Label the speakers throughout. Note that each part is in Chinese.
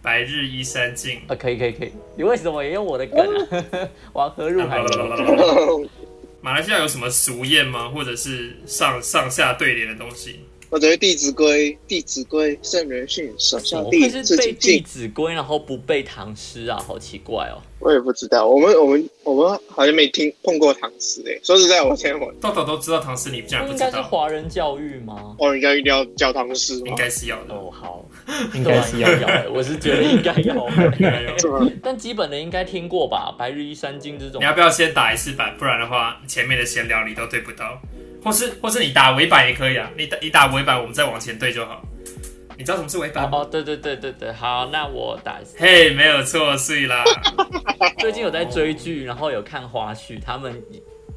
Speaker 1: 白日依山 尽。
Speaker 2: 啊，可以可以可以，你为什么也用我的梗、啊？ 王河入海。
Speaker 1: 马来西亚有什么俗谚吗？或者是上上下对联的东西？
Speaker 3: 我觉得《弟子规》，《弟子规》圣人训，首
Speaker 2: 怎
Speaker 3: 孝
Speaker 2: 么
Speaker 3: 弟
Speaker 2: 哦会
Speaker 3: 自
Speaker 2: 是背《
Speaker 3: 己
Speaker 2: 弟
Speaker 3: 敬。
Speaker 2: 子规》然后不背唐诗啊？好奇怪哦。
Speaker 3: 我也不知道，我们我们我们好像没听碰过唐诗诶。说实在，我现在我
Speaker 1: 豆豆都知道唐诗，你竟然不
Speaker 2: 应
Speaker 1: 知
Speaker 2: 该是
Speaker 1: 道，
Speaker 2: 华人教育吗？
Speaker 3: 我应该哦一定要教唐诗
Speaker 1: 应
Speaker 3: 吗？
Speaker 1: 该是要的。
Speaker 2: 哦，好，
Speaker 4: 应该是要
Speaker 2: 对啊应该要欸我是觉得应该要欸，
Speaker 1: 应该要
Speaker 3: 是吗？
Speaker 2: 但基本的应该听过吧，“白日依山尽”这 种
Speaker 1: 你。要不要先打一次板？不然的话，前面的闲聊你都对不到，或是或是你打尾板也可以啊。你打你打尾板，我们再往前对就好。你知道什么是尾板
Speaker 2: 哦
Speaker 1: 吗？
Speaker 2: 哦，对对对对对，好，那我打一次。
Speaker 1: 嘿没有错，是啦。
Speaker 2: 最近有在追剧，然后有看花絮，他们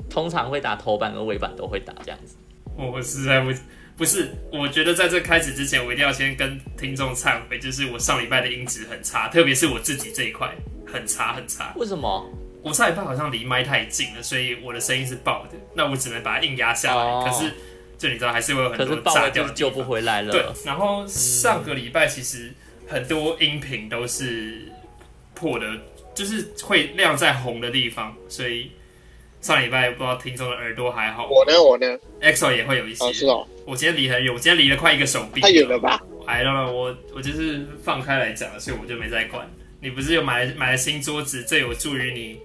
Speaker 2: 通常会打头版跟尾版都会打这样子。
Speaker 1: 我实在不不是，我觉得在这开始之前，我一定要先跟听众忏悔，就是我上礼拜的音质很差，特别是我自己这一块很差很差。
Speaker 2: 为什么？
Speaker 1: 我上礼拜好像离麦太近了，所以我的声音是爆的，那我只能把它硬压下来。
Speaker 2: 哦
Speaker 1: 可是就你知道，还是会有很
Speaker 2: 可是
Speaker 1: 多
Speaker 2: 爆
Speaker 1: 炸
Speaker 2: 了
Speaker 1: 掉
Speaker 2: 就
Speaker 1: 的地
Speaker 2: 救不
Speaker 1: 方
Speaker 2: 回来
Speaker 1: 对
Speaker 2: 了。，
Speaker 1: 然后上个礼拜其实很多音频都是破的，就是会亮在红的地方，所以上礼拜不知道听众的耳朵还好吗。
Speaker 3: 我呢？我呢？
Speaker 1: EXO 也会有一些。
Speaker 3: 哦，是哦，
Speaker 1: 我今天离很远，我今天离了快一个手臂。
Speaker 3: 太远了吧？
Speaker 1: 哎，当然我我就是放开来讲，所以我就没再管。你不是有买买了新桌子，这有助于你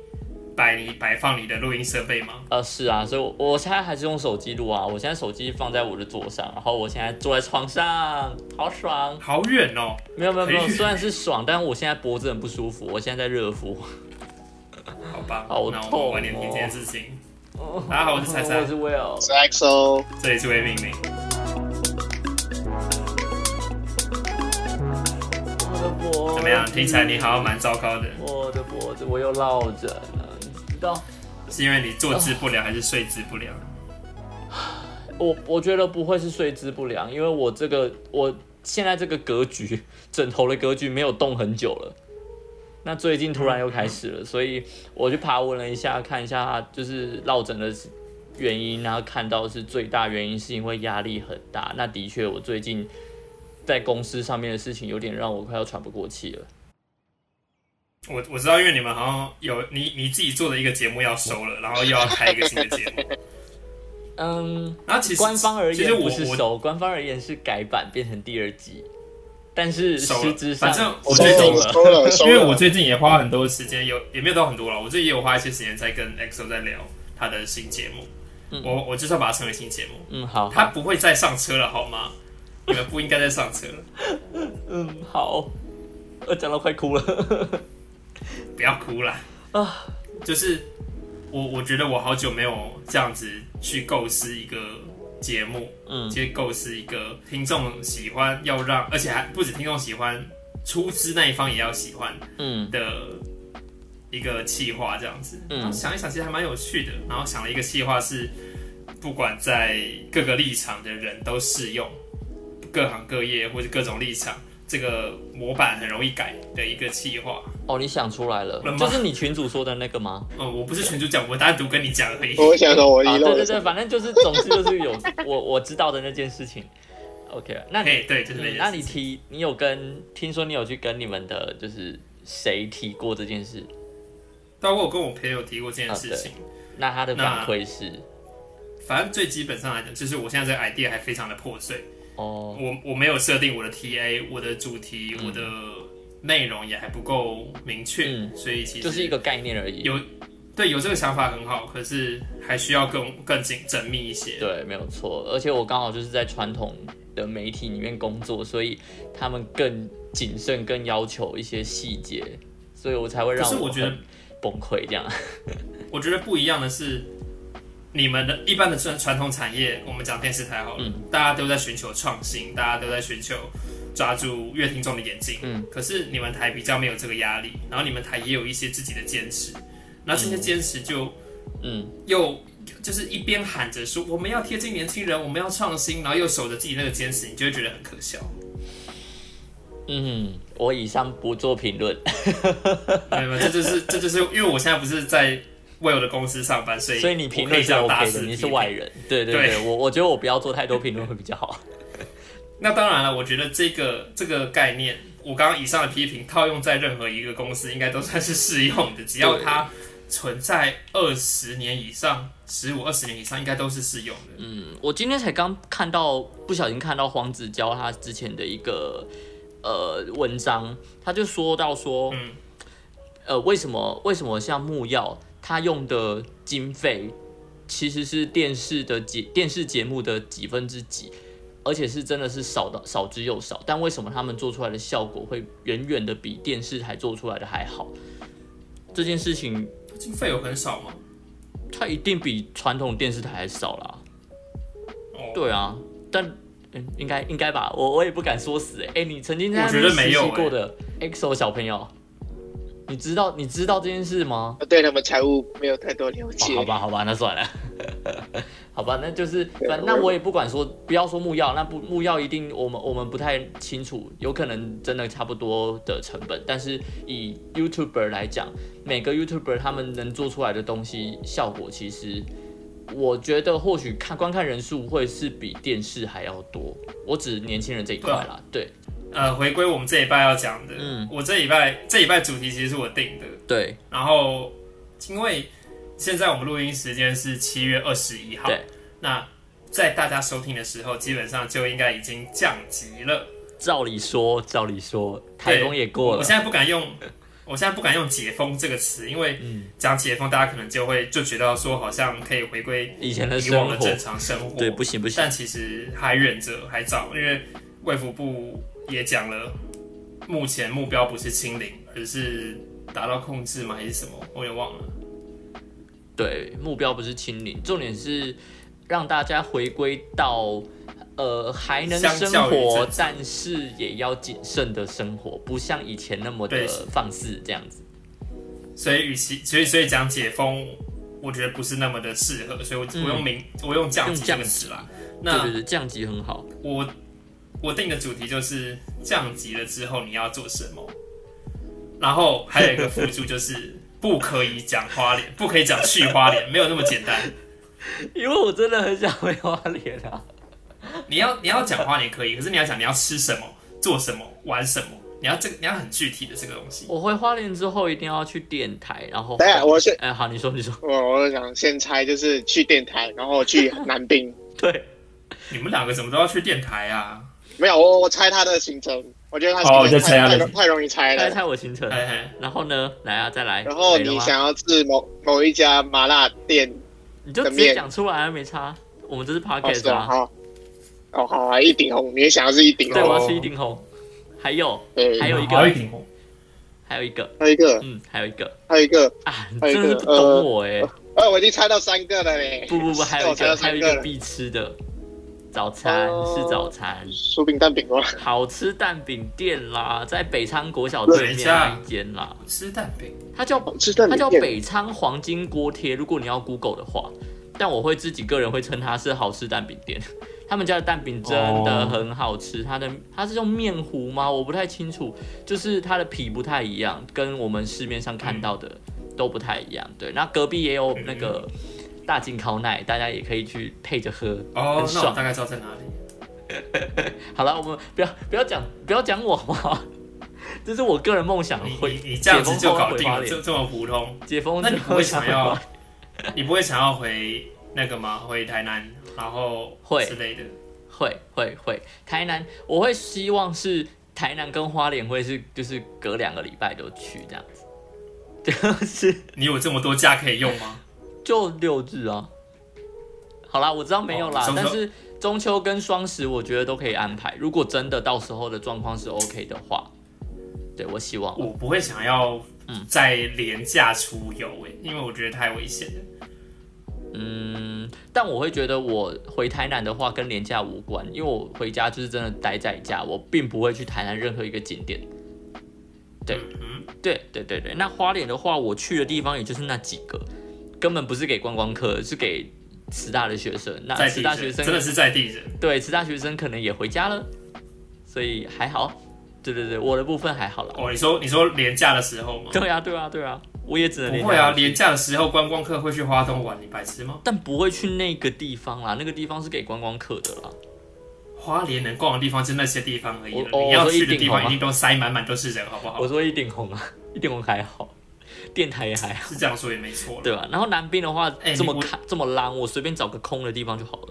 Speaker 1: 摆你摆放你的录音设备吗？
Speaker 2: 呃，是啊，所以我我现在还是用手机录啊。我现在手机放在我的桌上，然后我现在坐在床上，好爽。
Speaker 1: 好远哦！
Speaker 2: 没有没有没有，
Speaker 1: 哎
Speaker 2: 虽然是爽，但我现在脖子很不舒服，我现在在热敷。
Speaker 1: 好吧，
Speaker 2: 好
Speaker 1: 那我
Speaker 2: 痛
Speaker 1: 们
Speaker 2: 哦
Speaker 1: 晚点听这件事情。 大家好我是彩彩
Speaker 2: 我是 Will
Speaker 3: 我。是 XO，
Speaker 1: 这里是微命名。
Speaker 2: 我的脖子
Speaker 1: 怎么样？听起来你好像蛮糟糕的，
Speaker 2: 我的脖子我又落枕了，你知道？
Speaker 1: 是因为你坐姿不良还是睡姿不良？
Speaker 2: 我我觉得不会是睡姿不良，因为我这个我现在这个格局， 枕头的格局没有动很久了。那最近突然又开始了，所以我去爬文了一下，看一下就是落枕的原因，然后看到是最大原因是因为压力很大。那的确，我最近在公司上面的事情有点让我快要喘不过气了。
Speaker 1: 我我知道，因为你们好像有你你自己做的一个节目要收了，然后又要开一个新的节目，
Speaker 2: 嗯，
Speaker 1: 然后其实
Speaker 2: 官方而
Speaker 1: 其实
Speaker 2: 言
Speaker 1: 我
Speaker 2: 不是
Speaker 1: 我
Speaker 2: 收，官方而言是改版变成第二集，但是
Speaker 1: 收
Speaker 2: 实
Speaker 1: 了
Speaker 2: 质，上
Speaker 1: 反正
Speaker 2: 我
Speaker 1: 我
Speaker 2: 收
Speaker 1: 最近
Speaker 2: 了
Speaker 3: 收了，收
Speaker 1: 因
Speaker 3: 了。
Speaker 1: 为我最近也
Speaker 2: 嗯
Speaker 1: 花很多时间，有也没有到很多了，我最近也有花一些时间在跟 EXO 在聊他的新节目，
Speaker 2: 嗯
Speaker 1: 我我就是要把它称为新节目，
Speaker 2: 嗯好，
Speaker 1: 他不会再上车了好吗？你们不应该再上车了，
Speaker 2: 嗯好，我讲到快哭了。
Speaker 1: 不要哭啦
Speaker 2: 啊！
Speaker 1: 就是我我觉得我好久没有这样子去构思一个节目，
Speaker 2: 嗯
Speaker 1: 去构思一个听众喜欢，要让而且还不止听众喜欢，出资那一方也要喜欢
Speaker 2: 嗯
Speaker 1: 的一个企划，这样子。
Speaker 2: 嗯
Speaker 1: 嗯，想一想，其实还蛮有趣的。然后想了一个企划是，不管在各个立场的人都适用，各行各业或者各种立场，这个模板很容易改的一个企划。
Speaker 2: 哦，你想出来了
Speaker 1: 了，吗
Speaker 2: 就是你群主说的那个吗？
Speaker 1: 嗯，我不是群主讲，我单独跟你讲而已。
Speaker 3: 我想说，我
Speaker 2: 啊，
Speaker 3: 遗
Speaker 2: 对
Speaker 3: 漏
Speaker 2: 对
Speaker 3: 了。
Speaker 2: 对，反正就是总之就是有我我知道的那件事情。OK，那 你、
Speaker 1: 嘿，对，就是那
Speaker 2: 嗯
Speaker 1: 件
Speaker 2: 那
Speaker 1: 事
Speaker 2: 你提你有跟听说你有去跟你们的就是谁提过这件事？
Speaker 1: 但我有跟我朋友提过
Speaker 2: 啊
Speaker 1: 这件事情。
Speaker 2: 那他的
Speaker 1: 那
Speaker 2: 反馈是
Speaker 1: 反正最基本上来讲，就是我现在这个 idea 还非常的破碎。
Speaker 2: 哦
Speaker 1: 我我没有设定我的 TA，我的主题，我的内容也还不够明确，
Speaker 2: 嗯
Speaker 1: 所以其实
Speaker 2: 就是一个概念而已。
Speaker 1: 有对有这个想法很好，可是还需要更更紧缜密一些。
Speaker 2: 对，没有错。而且我刚好就是在传统的媒体里面工作，所以他们更谨慎，更要求一些细节，所以我才会
Speaker 1: 可
Speaker 2: 让
Speaker 1: 是我觉得
Speaker 2: 很崩溃这样。
Speaker 1: 我觉得不一样的是，你们的一般的传传统产业，我们讲电视台好了，
Speaker 2: 嗯
Speaker 1: 大家都在寻求创新，大家都在寻求抓住乐听众的眼睛。
Speaker 2: 嗯，
Speaker 1: 可是你们台比较没有这个压力，然后你们台也有一些自己的坚持，然后这些坚持就。
Speaker 2: 嗯，
Speaker 1: 又就是一边喊着说我们要贴近年轻人，我们要创新，然后又守着自己那个坚持，你就会觉得很可笑。
Speaker 2: 嗯，我以上不做评论。
Speaker 1: 没有，没有这就是这就是因为我现在不是在 Will 的公司上班，所以
Speaker 2: 所以你评
Speaker 1: 我可
Speaker 2: 论
Speaker 1: 以
Speaker 2: 是
Speaker 1: 这样大
Speaker 2: OK
Speaker 1: 肆
Speaker 2: 的，你
Speaker 1: 批
Speaker 2: 是
Speaker 1: 评
Speaker 2: 外。人。对对对，
Speaker 1: 对
Speaker 2: 我我觉得我不要做太多评论会比较好。
Speaker 1: 那当然了，我觉得这个这个概念我刚刚以上的批评套用在任何一个公司，应该都算是适用的。只要它存在二十年以上，十五二十年以上，应该都是适用的。
Speaker 2: 我今天才刚看到，不小心看到黄子佼他之前的一个呃文章，他就说到说，
Speaker 1: 嗯
Speaker 2: 呃，为什么为什么像木曜他用的经费其实是电视的节电视节目的几分之几，而且是真的是少的少之又少，但为什么他们做出来的效果会远远的比电视台做出来的还好？这件事情
Speaker 1: 经费有很少吗？
Speaker 2: 它一定比传统电视台还少啦。
Speaker 1: 哦，
Speaker 2: 对啊，但嗯，应该应该吧，我我也不敢说死哎、欸你曾经在
Speaker 1: 我
Speaker 2: 那
Speaker 1: 觉
Speaker 2: 边
Speaker 1: 得没
Speaker 2: 实习
Speaker 1: 有欸
Speaker 2: 过的 EXO 小朋友，你知道你知道这件事吗？
Speaker 3: 我对他们财务没有太多了解
Speaker 2: 哦。好吧，好吧，那算了， 好吧，那就是
Speaker 3: 对
Speaker 2: 反那
Speaker 3: 我
Speaker 2: 我也不管说，不要说木曜，那不木曜一定我们我们不太清楚，有可能真的差不多的成本，但是以 YouTuber 来讲，每个 YouTuber 他们能做出来的东西效果，其实我觉得或许看观看人数会是比电视还要多，我指年轻人这一块啦，对啊
Speaker 1: 呃，回归我们这礼拜要讲的，
Speaker 2: 嗯
Speaker 1: 我这礼拜这礼拜主题其实是我定的，
Speaker 2: 对
Speaker 1: 然后因为现在我们录音时间是七月二十一号，
Speaker 2: 对，
Speaker 1: 那在大家收听的时候，基本上就应该已经降级了。
Speaker 2: 照理说照理说，台风也过
Speaker 1: 我
Speaker 2: 了
Speaker 1: 现，在不敢用，我现在不敢用解封这个词，因为
Speaker 2: 嗯
Speaker 1: 讲解封，大家可能就会就觉得说好像可以回归
Speaker 2: 以前的
Speaker 1: 以
Speaker 2: 生
Speaker 1: 往的
Speaker 2: 活
Speaker 1: 正，常生活，
Speaker 2: 对，不行不行，
Speaker 1: 但其实还远着，还早，因为卫福部也讲了，目前目标不是清零，而是达到控制吗？还是什么？我也忘了。
Speaker 2: 对，目标不是清零，重点是让大家回归到呃还能
Speaker 1: 相
Speaker 2: 生
Speaker 1: 较于
Speaker 2: 活
Speaker 1: 正常，
Speaker 2: 但是也要谨慎的生活，不像以前那么的
Speaker 1: 对
Speaker 2: 放肆这样子。
Speaker 1: 所以，与其所以所以讲解封，我觉得不是那么的适合，所以我
Speaker 2: 嗯
Speaker 1: 我用明、我用降级
Speaker 2: 用
Speaker 1: 这
Speaker 2: 降
Speaker 1: 个
Speaker 2: 级
Speaker 1: 词啦。
Speaker 2: 对对
Speaker 1: 那
Speaker 2: 对，降级很好。
Speaker 1: 我我定的主题就是降级了之后你要做什么，然后还有一个附注就是。不可以讲花脸，不可以讲去花脸，没有那么简单。
Speaker 2: 因为我真的很想回花莲啊，
Speaker 1: 你要你要讲花莲可以，可是你要讲你要吃什么、做什么、玩什么，你要这个你要很具体的这个东西。
Speaker 2: 我回花莲之后一定要去电台，然后
Speaker 3: 等一下，我先
Speaker 2: 哎、好，你说你 说，
Speaker 3: 我哦我想先猜，就是去电台，然后去南滨。
Speaker 2: 对，
Speaker 1: 你们两个怎么都要去电台啊？
Speaker 3: 没有，我我猜他的行程，我觉得他
Speaker 1: 哦
Speaker 3: 行程
Speaker 1: 就猜他
Speaker 3: 太
Speaker 1: 的
Speaker 3: 太太容易猜
Speaker 2: 猜
Speaker 3: 了。
Speaker 2: 猜我行程，
Speaker 1: 嘿嘿，
Speaker 2: 然后呢，来啊，再来，
Speaker 3: 然后
Speaker 2: 没了
Speaker 3: 你
Speaker 2: 吗
Speaker 3: 想要吃某某一家麻辣店，
Speaker 2: 你就直
Speaker 3: 的
Speaker 2: 接
Speaker 3: 面
Speaker 2: 讲出来啊，没差，我们这是
Speaker 3: 哦是
Speaker 2: podcast
Speaker 3: 啊，
Speaker 2: 啊，
Speaker 3: 好，哦好啊，一顶红，你也想要是一顶
Speaker 2: 对，我
Speaker 3: 红，
Speaker 2: 要吃一顶红，还有
Speaker 3: 对，
Speaker 2: 还有一个
Speaker 1: 好顶红
Speaker 2: 还有一个，
Speaker 3: 还有一个，
Speaker 2: 嗯，还有一个。
Speaker 3: 还有一个，
Speaker 2: 啊，你
Speaker 3: 还有一
Speaker 2: 真
Speaker 3: 个
Speaker 2: 的是不懂我哎、
Speaker 3: 呃，我已经猜到三个了嘞，啊
Speaker 2: 不 不不，还有一
Speaker 3: 我猜到
Speaker 2: 个，还有
Speaker 3: 三
Speaker 2: 一
Speaker 3: 个
Speaker 2: 个
Speaker 3: 了，
Speaker 2: 必吃的早餐
Speaker 3: 哦
Speaker 2: 是早餐，
Speaker 3: 酥饼蛋饼吗？
Speaker 2: 好吃蛋饼店啦，在北昌国小对面那一间啦，
Speaker 1: 吃蛋饼，
Speaker 2: 它叫
Speaker 3: 好吃蛋
Speaker 2: 它
Speaker 3: 饼
Speaker 2: 叫
Speaker 3: 店，
Speaker 2: 北昌黄金锅贴，如果你要 Google 的话，但我会自己个人会称它是好吃蛋饼店，他们家的蛋饼真
Speaker 1: 哦
Speaker 2: 的很好吃，它的它是用面糊吗？我不太清楚，就是它的皮不太一样，跟我们市面上看到的
Speaker 1: 嗯
Speaker 2: 都不太一样。对，那隔壁也有那个大金烤奶，大家也可以去配着喝，
Speaker 1: 哦
Speaker 2: 很，
Speaker 1: 那我
Speaker 2: 爽
Speaker 1: 大。概知道在哪里。
Speaker 2: 好了，我们不要不要讲不要讲我好不好？ 这是我个人梦想
Speaker 1: 你
Speaker 2: 会
Speaker 1: 你你这样子就搞
Speaker 2: 解
Speaker 1: 定了，这
Speaker 2: 封后会花莲
Speaker 1: 这么普通，
Speaker 2: 解封
Speaker 1: 那
Speaker 2: 之
Speaker 1: 你不
Speaker 2: 后
Speaker 1: 会想要，你不会想要回那个吗？回台南，然后
Speaker 2: 会
Speaker 1: 之类的。
Speaker 2: 会会会，台南我会希望是台南跟花莲会是就是隔两个礼拜都去这样子， 就是
Speaker 1: 你有这么多假可以用吗？
Speaker 2: 就六日啊。好啦，我知道没有啦，
Speaker 1: 哦中秋
Speaker 2: 但是中秋跟双十我觉得都可以安排，如果真的到时候的状况是 OK 的话，对我希望
Speaker 1: 我不会想要
Speaker 2: 嗯
Speaker 1: 在廉价出游诶、因为我觉得太危险了。
Speaker 2: 嗯，但我会觉得我回台南的话跟廉价无关，因为我回家就是真的待在家，我并不会去台南任何一个景点。对
Speaker 1: 嗯，
Speaker 2: 对对对对，那花莲的话，我去的地方也就是那几个，根本不是给观光客，是给慈大的学生。那
Speaker 1: 在
Speaker 2: 慈
Speaker 1: 地
Speaker 2: 大学
Speaker 1: 人，真的
Speaker 2: 生
Speaker 1: 是在地人。
Speaker 2: 对慈大学生可能也回家了，所以还好。对对对，我的部分还好了。
Speaker 1: 哦，你说你说廉价的时候吗？
Speaker 2: 对啊对啊对啊，我也只能
Speaker 1: 不
Speaker 2: 连
Speaker 1: 会啊，
Speaker 2: 假
Speaker 1: 廉价的时候观光客会去花东玩，你白痴吗？
Speaker 2: 但不会去那个地方啦，那个地方是给观光客的啦。
Speaker 1: 花莲能逛的地方就那些地方而已了
Speaker 2: 我哦
Speaker 1: 你要
Speaker 2: 我说
Speaker 1: 去
Speaker 2: 一
Speaker 1: 的
Speaker 2: 定
Speaker 1: 地
Speaker 2: 好
Speaker 1: 方
Speaker 2: 吗
Speaker 1: 一定都塞满满都是人，好不好
Speaker 2: 我？说一顶红啊， 一顶红还好，电台也还好，
Speaker 1: 是这样说也没错了。
Speaker 2: 对吧？啊然后南边的话，
Speaker 1: 哎
Speaker 2: 这么
Speaker 1: 你
Speaker 2: 开这么浪，我随便找个空的地方就好了。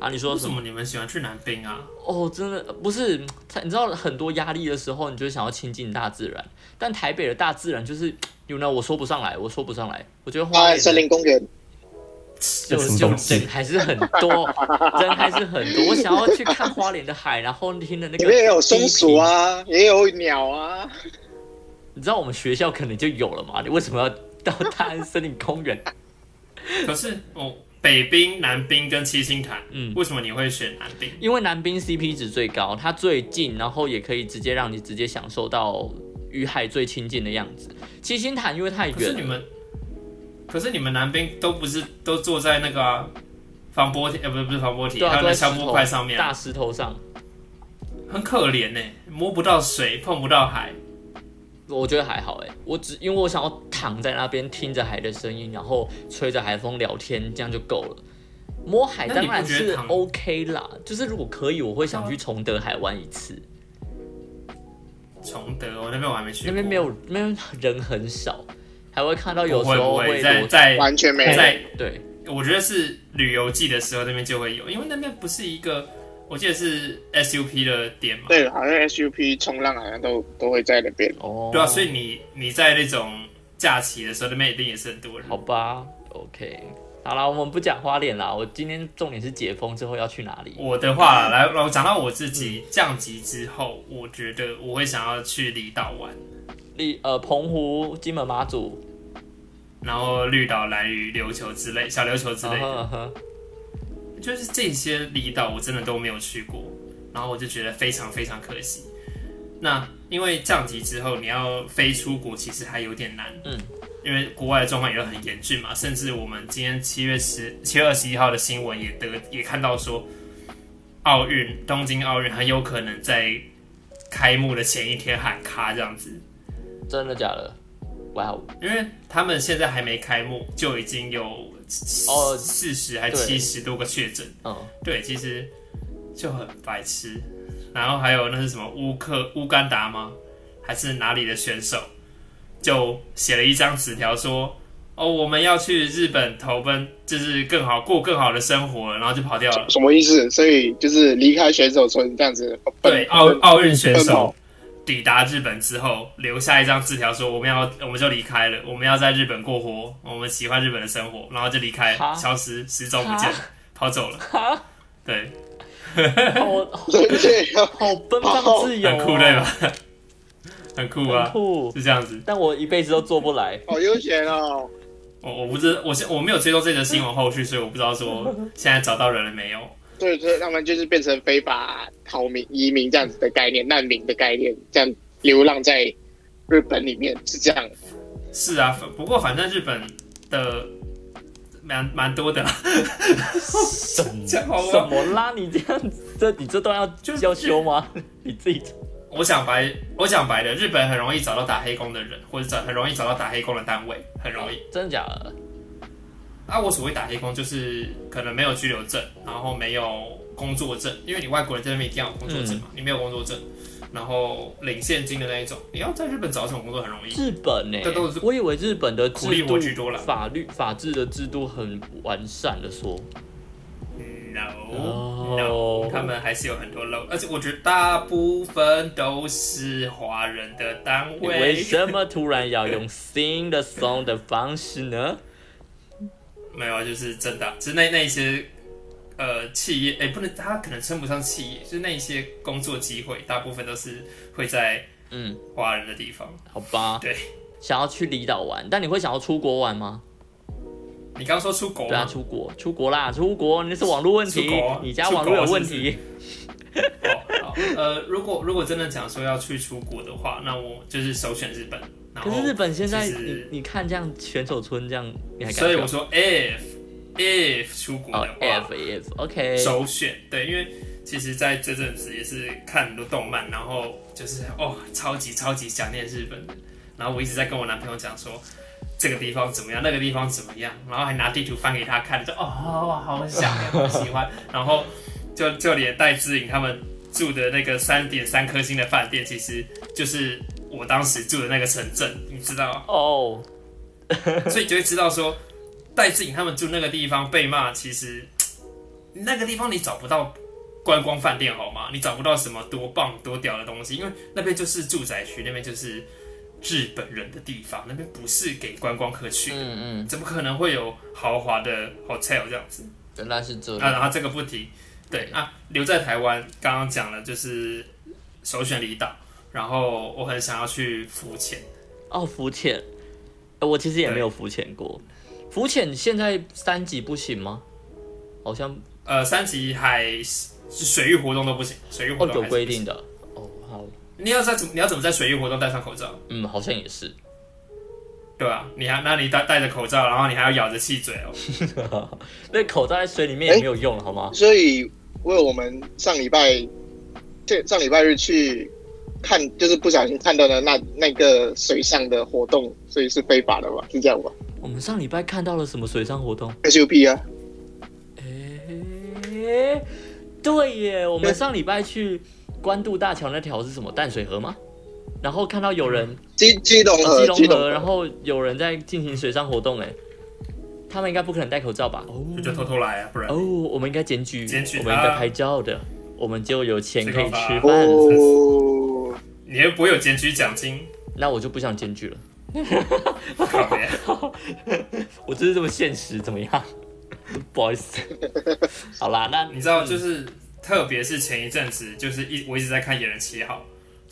Speaker 2: 啊，你说
Speaker 1: 为
Speaker 2: 什
Speaker 1: 什
Speaker 2: 么？
Speaker 1: 么你们喜欢去南滨啊？
Speaker 2: 哦，真的不是，你知道很多压力的时候，你就想要亲近大自然，但台北的大自然就是，有呢，我说不上来，我说不上来，我觉得花莲
Speaker 3: 花莲啊森
Speaker 2: 的
Speaker 3: 林公园，
Speaker 2: 就
Speaker 4: 这什么
Speaker 2: 就
Speaker 4: 东西
Speaker 2: 人还是很多，人还是很多。我想要去看花莲的海，然后听的那
Speaker 3: 里
Speaker 2: 个
Speaker 3: 面也有松
Speaker 2: 低
Speaker 3: 鼠
Speaker 2: 频，
Speaker 3: 啊，也有鸟啊。
Speaker 2: 你知道我们学校可能就有了嘛？你为什么要到大安森林公园？
Speaker 1: 可是哦，北滨、南滨跟七星潭，
Speaker 2: 嗯
Speaker 1: 为什么你会选南滨？
Speaker 2: 因为南滨 CP 值最高，它最近，然后也可以直接让你直接享受到与海最亲近的样子。七星潭因为太
Speaker 1: 可是你
Speaker 2: 远了，
Speaker 1: 们，可是你们南滨都不是都坐在那个啊防波堤，呃，不是不是防波堤，
Speaker 2: 对啊，
Speaker 1: 还有
Speaker 2: 都
Speaker 1: 那
Speaker 2: 在
Speaker 1: 消
Speaker 2: 石
Speaker 1: 波
Speaker 2: 头
Speaker 1: 块上面啊、
Speaker 2: 大石头上，
Speaker 1: 很可怜呢、摸不到水，碰不到海。
Speaker 2: 我觉得还好哎。我只因为我想要躺在那边听着海的声音，然后吹着海风聊天，这样就够了。摸海
Speaker 1: 那
Speaker 2: 当
Speaker 1: 你
Speaker 2: 然
Speaker 1: 不觉得
Speaker 2: 是
Speaker 1: 躺
Speaker 2: OK 啦，就是如果可以，我会想去崇德海湾一次。
Speaker 1: 崇德，我那边我还没去过，
Speaker 2: 那边没有，那边人很少，还会看到有时
Speaker 1: 不
Speaker 2: 候
Speaker 1: 会不
Speaker 2: 会
Speaker 1: 会在啊
Speaker 2: 裸
Speaker 1: 在
Speaker 3: 完全没有
Speaker 1: 在
Speaker 2: 对
Speaker 1: 我觉得是旅游季的时候那边就会有，因为那边不是一个，我记得是 SUP 的点嘛，
Speaker 3: 对，好像 SUP 冲浪好像都都会在那边。
Speaker 2: 哦，
Speaker 1: 对啊，所以你你在那种假期的时候，那边一定也是很多人
Speaker 2: 好。吧，OK，好啦，我们不讲花脸啦，我今天重点是解封之后要去哪里。
Speaker 1: 我的话，来，我讲到我自己降级之后，我觉得我会想要去离岛玩，
Speaker 2: 例呃，澎湖、金门、马祖，
Speaker 1: 然后绿岛、蓝屿、琉球之类、小琉球之类的，
Speaker 2: 嗯哼
Speaker 1: 就是这些离岛我真的都没有去过，然后我就觉得非常非常可惜。那因为降级之后，你要飞出国其实还有点难，
Speaker 2: 嗯，
Speaker 1: 因为国外的状况也很严峻嘛，甚至我们今天七月十、七月二十一号的新闻也得也看到说，奥运东京奥运很有可能在开幕的前一天喊卡这样子，
Speaker 2: 真的假的？哇哦，
Speaker 1: 因为他们现在还没开幕就已经有
Speaker 2: 哦
Speaker 1: 四十还
Speaker 2: 对
Speaker 1: 七十多个确诊。
Speaker 2: 嗯，
Speaker 1: 对，其实就很白痴。然后还有那是什么乌克乌干达吗？还是哪里的选手？就写了一张纸条说：“哦，我们要去日本投奔，就是更好过更好的生活了。”然后就跑掉了。
Speaker 3: 什么意思？所以就是离开选手村这样子。
Speaker 1: 对，奥
Speaker 3: 嗯
Speaker 1: 奥运选
Speaker 3: 奔
Speaker 1: 手
Speaker 3: 跑
Speaker 1: 抵达日本之后，留下一张字条说：“我们要，我们就离开了，我们要在日本过活，我们喜欢日本的生活。”然后就离开
Speaker 2: 哈，
Speaker 1: 消失，失踪不见了，跑走了。对，
Speaker 2: 好
Speaker 3: 对对，
Speaker 2: 好哦奔放自 由、
Speaker 1: 很
Speaker 2: 哦，
Speaker 1: 酷对吧？很酷啊
Speaker 2: 很，酷，
Speaker 1: 是这样子。
Speaker 2: 但我一辈子都做不来。
Speaker 3: 好悠闲哦。
Speaker 1: 我我不知我现我没有追踪这则新闻后续，所以我不知道说现在找到人了没有。
Speaker 3: 对对，他们就是变成非法逃民、移民这样子的概念，难民的概念，这样流浪在日本里面是这样。
Speaker 1: 是啊，反不过反正日本的蛮蛮多的啦，
Speaker 4: 什么
Speaker 1: 这样好
Speaker 2: 什
Speaker 1: 吗？
Speaker 2: 么啦？你这样子，这你这段要
Speaker 1: 就是
Speaker 2: 要修吗？ 你自己
Speaker 1: 我讲白，我讲白的，日本很容易找到打黑工的人，或者找很容易找到打黑工的单位，很容易。
Speaker 2: 真的假的？
Speaker 1: 啊，我所谓打黑工就是可能没有居留证，然后没有工作证，因为你外国人在那边一定要有工作证嘛，你没有工作证，然后领现金的那一种，你要在日本找这种工作很容易。
Speaker 2: 日本呢、
Speaker 1: 这都是
Speaker 2: 我以为日本的
Speaker 1: 苦力
Speaker 2: 制
Speaker 1: 活居多
Speaker 2: 度、
Speaker 1: 啦
Speaker 2: 法律、法治的制度很完善的说，
Speaker 1: No,
Speaker 2: No
Speaker 1: 他们还是有很多漏，而且我觉得大部分都是华人的单
Speaker 2: 你为
Speaker 1: 位。
Speaker 2: 什么突然要用 sing the song 的方式呢？
Speaker 1: 没有，啊就是真的，就是那那一些呃企业，哎、不能，他可能称不上企业，就是那一些工作机会，大部分都是会在
Speaker 2: 嗯，
Speaker 1: 华人的地方。
Speaker 2: 好吧。
Speaker 1: 对，
Speaker 2: 想要去离岛玩，但你会想要出国玩吗？
Speaker 1: 你刚刚说出国
Speaker 2: 对啊，
Speaker 1: 吗？
Speaker 2: 出国，出国啦，出国，那是网络问题
Speaker 1: 出国，啊
Speaker 2: 你家网络有问
Speaker 1: 出国
Speaker 2: 题。
Speaker 1: 哦好呃，如果如果真的讲说要去出国的话，那我就是首选日本。然
Speaker 2: 可
Speaker 1: 后
Speaker 2: 是日本现在，
Speaker 1: 其实
Speaker 2: 你你看这样选手村这样，你还敢
Speaker 1: 所以
Speaker 2: 去
Speaker 1: 我
Speaker 2: 吗？
Speaker 1: 说 if if 出国
Speaker 2: 哦
Speaker 1: 的话。
Speaker 2: ，F F OK，
Speaker 1: 首选。对，因为其实在这阵子也是看很多动漫，然后就是哦，超级超级想念日本的。然后我一直在跟我男朋友讲说，这个地方怎么样，那个地方怎么样，然后还拿地图翻给他看，就哦，好好想念，好喜欢。然后就就连戴志颖他们住的那个三点三颗星的饭店，其实就是我当时住的那个城镇，你知道吗？
Speaker 2: 哦，
Speaker 1: 所以你就会知道说，戴志颖他们住那个地方被骂，其实那个地方你找不到观光饭店好吗？你找不到什么多棒多屌的东西，因为那边就是住宅区，那边就是日本人的地方，那边不是给观光客去的，
Speaker 2: 嗯嗯，
Speaker 1: 怎么可能会有豪华的 hotel 这样子？
Speaker 2: 原来是这
Speaker 1: 啊，
Speaker 2: 样。
Speaker 1: 然后这个不提。对啊，留在台湾，刚刚讲了就是首选离岛，然后我很想要去浮潜，
Speaker 2: 哦，浮潜，呃我其实也没有浮潜过。浮潜现在三级不行吗？好像
Speaker 1: 呃，三级还是水域活动都不行，水域活
Speaker 2: 哦
Speaker 1: 动
Speaker 2: 有
Speaker 1: 还是
Speaker 2: 规
Speaker 1: 不行
Speaker 2: 定。的。哦，好，
Speaker 1: 你要在怎么你要怎么在水域活动戴上口罩？
Speaker 2: 嗯，好像 也是。
Speaker 1: 对啊，你还那你戴戴着口罩，然后你还要咬着汽嘴哦。
Speaker 2: 那口罩在水里面也没有用了，好吗？
Speaker 3: 所以为我们上礼拜，这上礼拜日去看，就是不小心看到的那那个水上的活动，所以是非法的吧？是这样吧
Speaker 2: 我们上礼拜看到了什么水上活动？
Speaker 3: ？SUP 啊，
Speaker 2: 诶、哎对耶，我们上礼拜去关渡大桥那条是什么淡水河吗？然后看到有人、
Speaker 3: 基基隆
Speaker 2: 哦
Speaker 3: 河，
Speaker 2: 嗯基
Speaker 3: 基
Speaker 2: 隆
Speaker 3: 隆
Speaker 2: 河，然
Speaker 3: 河，
Speaker 2: 后有人在进行水上活动，哎，他们应该不可能戴口罩吧？
Speaker 1: 就就偷偷来啊，不然
Speaker 2: 嗯哦，我们应该检举，
Speaker 1: 检举
Speaker 2: 我
Speaker 1: 他
Speaker 2: 们应该拍照的，我们就有钱可以吃饭。
Speaker 3: 哦，
Speaker 1: 你又不会有检举奖金，
Speaker 2: 那我就不想检举了，
Speaker 1: 靠别。
Speaker 2: 我就是这么现实，怎么样？ 不好意 思，好啦，那
Speaker 1: 你知道，就是特别是前一阵子，就是一我一直在看《野人七号》，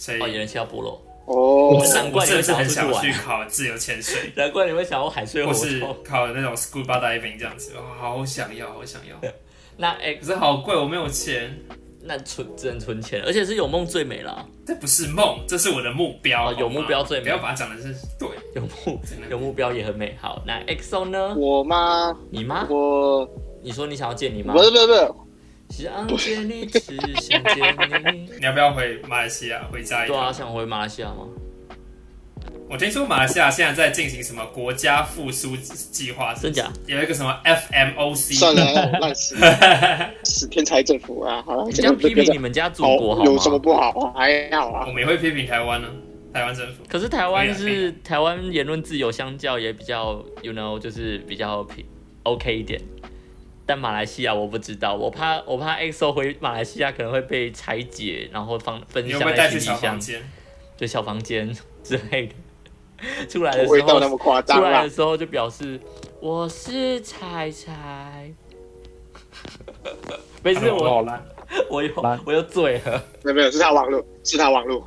Speaker 1: 所以
Speaker 2: 哦，有人需要剥肉，
Speaker 3: 哦
Speaker 1: 我，是
Speaker 2: 难怪
Speaker 1: 我
Speaker 2: 你
Speaker 1: 甚至
Speaker 2: 会想要
Speaker 1: 很
Speaker 2: 出去
Speaker 1: 想
Speaker 2: 玩
Speaker 1: 去考自由潜水，
Speaker 2: 难怪你会想要海水火
Speaker 1: 或是
Speaker 2: 烧。
Speaker 1: 考那种 scuba diving 这样子，哇好想要，好想要，可
Speaker 2: 那哎、
Speaker 1: 是好贵，我没有钱。
Speaker 2: 那存只能存钱，而且是有梦最美啦，
Speaker 1: 这不是梦，这是我的目标。
Speaker 2: 哦有目标最美
Speaker 1: 不要把它讲的是对，
Speaker 2: 有目
Speaker 1: 真的
Speaker 2: 有目标也很美好。那 EXO 呢？
Speaker 3: 我吗？
Speaker 2: 你妈？
Speaker 3: 我
Speaker 2: 你说你想要见你妈
Speaker 3: 不？是不是不是，
Speaker 2: 想见你，只想见你。
Speaker 1: 你要不要回马来西亚回家一
Speaker 2: 对
Speaker 1: 趟？
Speaker 2: 啊，想回马来西亚吗？
Speaker 1: 我听说马来西亚现在在进行什么国家复苏计划，是
Speaker 2: 真假？
Speaker 1: 有一个什么 FMOC，
Speaker 3: 算了，烂死，死天才政府啊！好了，
Speaker 2: 你这
Speaker 3: 这个
Speaker 2: 样批
Speaker 3: 这
Speaker 2: 评
Speaker 3: 个
Speaker 2: 你们家祖国
Speaker 3: 好
Speaker 2: 好
Speaker 3: 有什么
Speaker 2: 吗？
Speaker 3: 不好啊？还好啊
Speaker 1: 我。们也会批评台湾呢、啊台湾政府。
Speaker 2: 可是台湾
Speaker 1: 可以
Speaker 2: 是台湾言论自由，相较也比较，you know，就是比较平 OK 一点。但马来西亚我不知道，我怕我怕 EXO 回马来西亚可能会被拆解，然后放分
Speaker 1: 你有
Speaker 2: 享
Speaker 1: 没有带
Speaker 2: 在
Speaker 1: 去
Speaker 2: 行
Speaker 1: 小
Speaker 2: 李
Speaker 1: 房
Speaker 2: 箱。
Speaker 1: 间？
Speaker 2: 就小房间 之类的。出来的
Speaker 3: 不会
Speaker 2: 时
Speaker 3: 到那
Speaker 2: 候，
Speaker 3: 么夸张啊
Speaker 2: 出来
Speaker 3: 啦
Speaker 2: 的。时候就表示我是彩彩。 没事，
Speaker 3: 哦
Speaker 2: 我
Speaker 4: 烂。
Speaker 2: 我有我有嘴了。
Speaker 3: 没有没有，是他网路，是他网路。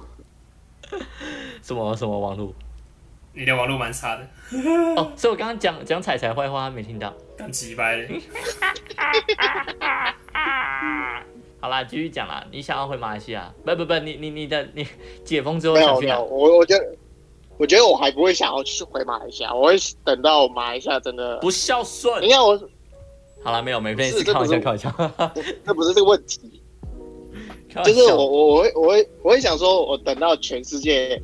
Speaker 2: 什么什么网路？
Speaker 1: 你的网络蛮差的，
Speaker 2: 哦，所以我刚刚讲讲彩彩坏话，他没听到。
Speaker 1: 很鸡掰 的。
Speaker 2: 好啦，继续讲啦。你想要回马来西亚？不不不，你你你的你解封之后
Speaker 3: 没
Speaker 2: 想
Speaker 3: 有
Speaker 2: 去
Speaker 3: 没
Speaker 2: 哪
Speaker 3: 有，？我我觉得，我觉得我还不会想要去回马来西亚，我会等到马来西亚真的。
Speaker 2: 不孝顺
Speaker 3: 你。看我，
Speaker 2: 好啦，没有没有，没事，
Speaker 3: 是这
Speaker 2: 开玩笑，
Speaker 3: 不是
Speaker 2: 开玩笑，
Speaker 3: 那不是这个问题，
Speaker 2: 开玩
Speaker 3: 就是
Speaker 2: 笑。
Speaker 3: 我我我会我会我会想说，我等到全世界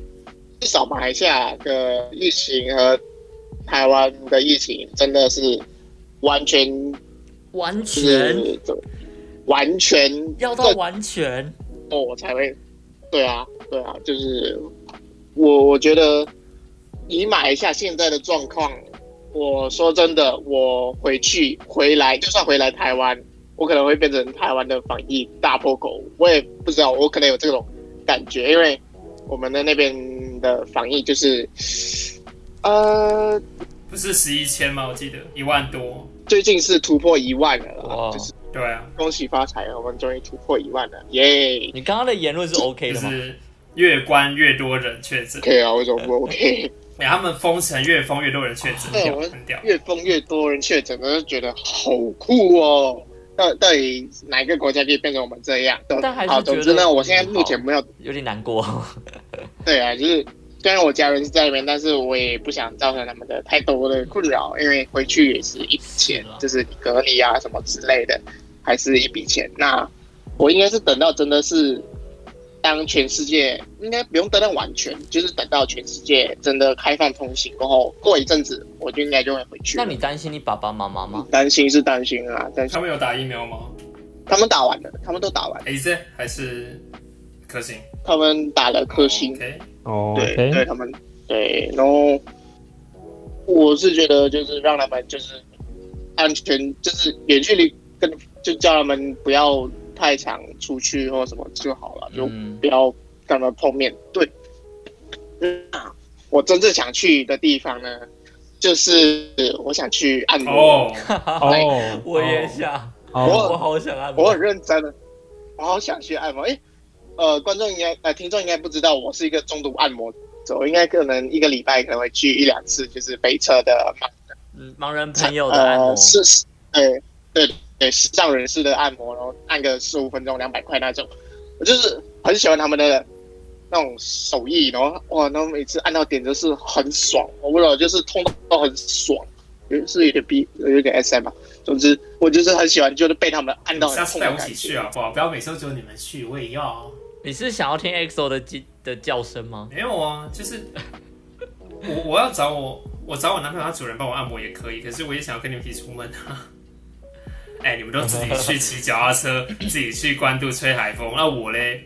Speaker 3: 至少马来西亚的疫情和台湾的疫情真的是完全
Speaker 2: 完
Speaker 3: 就
Speaker 2: 全
Speaker 3: 是完全
Speaker 2: 要到完全。
Speaker 3: 哦，我才会，对啊，对啊，就是我我觉得以马来西亚现在的状况，我说真的，我回去回来，就算回来台湾，我可能会变成台湾的防疫大破口，我也不知道，我可能有这种感觉，因为我们的那边的防疫就是，呃，
Speaker 1: 不是十一千吗？我记得一万多。
Speaker 3: 最近是突破一万了啦，
Speaker 2: 哇
Speaker 3: 就是
Speaker 1: 对啊，
Speaker 3: 恭喜发财了，我们终于突破一万了，耶、
Speaker 2: 你刚刚的言论是 OK
Speaker 1: 就
Speaker 2: 的吗？
Speaker 1: 是越关越多人确诊，
Speaker 3: 可以啊，为什么 不 OK？
Speaker 1: 哎，他们封城越封越多人确诊，
Speaker 3: 对
Speaker 1: 屌
Speaker 3: 我
Speaker 1: 很屌。
Speaker 3: 越封越多人确诊，我就觉得好酷哦。到到底哪一个国家可以变成我们这样？
Speaker 2: 但还是
Speaker 3: 好，
Speaker 2: 觉
Speaker 3: 总
Speaker 2: 得
Speaker 3: 之呢，我现在目前没有
Speaker 2: 有点难过。
Speaker 3: 对啊，就是虽然我家人是在那边，但是我也不想造成他们的太多的困扰，因为回去也是一笔钱
Speaker 2: 是啊，
Speaker 3: 就是你隔离啊什么之类的，还是一笔钱。那我应该是等到真的是当全世界应该不用等到完全，就是等到全世界真的开放通行过后，过一阵子我就应该就会回去了。
Speaker 2: 那你担心你爸爸妈妈吗？
Speaker 3: 担心是担心啊，但是
Speaker 1: 他们有打疫苗吗？
Speaker 3: 他们打完了，他们都打完了，
Speaker 1: AZ 还是科兴？
Speaker 3: 他们打了颗星。
Speaker 1: OK，
Speaker 5: 哦
Speaker 3: 对对，
Speaker 5: ，OK，
Speaker 3: 他们对，然后我是觉得就是让他们就是安全，就是远距离跟就叫他们不要太常出去或什么就好了，就
Speaker 2: 嗯
Speaker 3: 不要跟他们碰面。对，那我真正想去的地方呢，就是我想去按摩。
Speaker 1: 哦，
Speaker 5: 哦，
Speaker 2: 我也想，
Speaker 5: 哦，
Speaker 2: 我好想按摩
Speaker 3: 我很认真的，我好想去按摩。诶，呃，观众应该呃，听众应该不知道，我是一个中毒按摩者，我应该可能一个礼拜可能会去一两次，就是北车的
Speaker 2: 嗯盲人朋友的按摩
Speaker 3: 呃，是是，对对对，视障人士的按摩，然后按个十五分钟两百块那种，我就是很喜欢他们的那种手艺，然后哇，然后每次按到点就是很爽，我不知道，就是痛到很爽，就是有点逼，有点 SM 吧。总之，我就是很喜欢，就是被他们按到
Speaker 1: 下
Speaker 3: 很
Speaker 1: 次
Speaker 3: 痛
Speaker 1: 带
Speaker 3: 的
Speaker 1: 我一
Speaker 3: 感
Speaker 1: 起去
Speaker 3: 觉。
Speaker 1: 好不好？不要每次都只有你们去，我也要。
Speaker 2: 你是想要听 EXO 的叫的叫声吗？
Speaker 1: 没有啊， 就是我我要找我我找我男朋友他主人帮我按摩也可以，可是我也想要跟你们一起出门啊。 哎、你们都自己去骑脚踏 车，自己去关渡吹海风，那我嘞？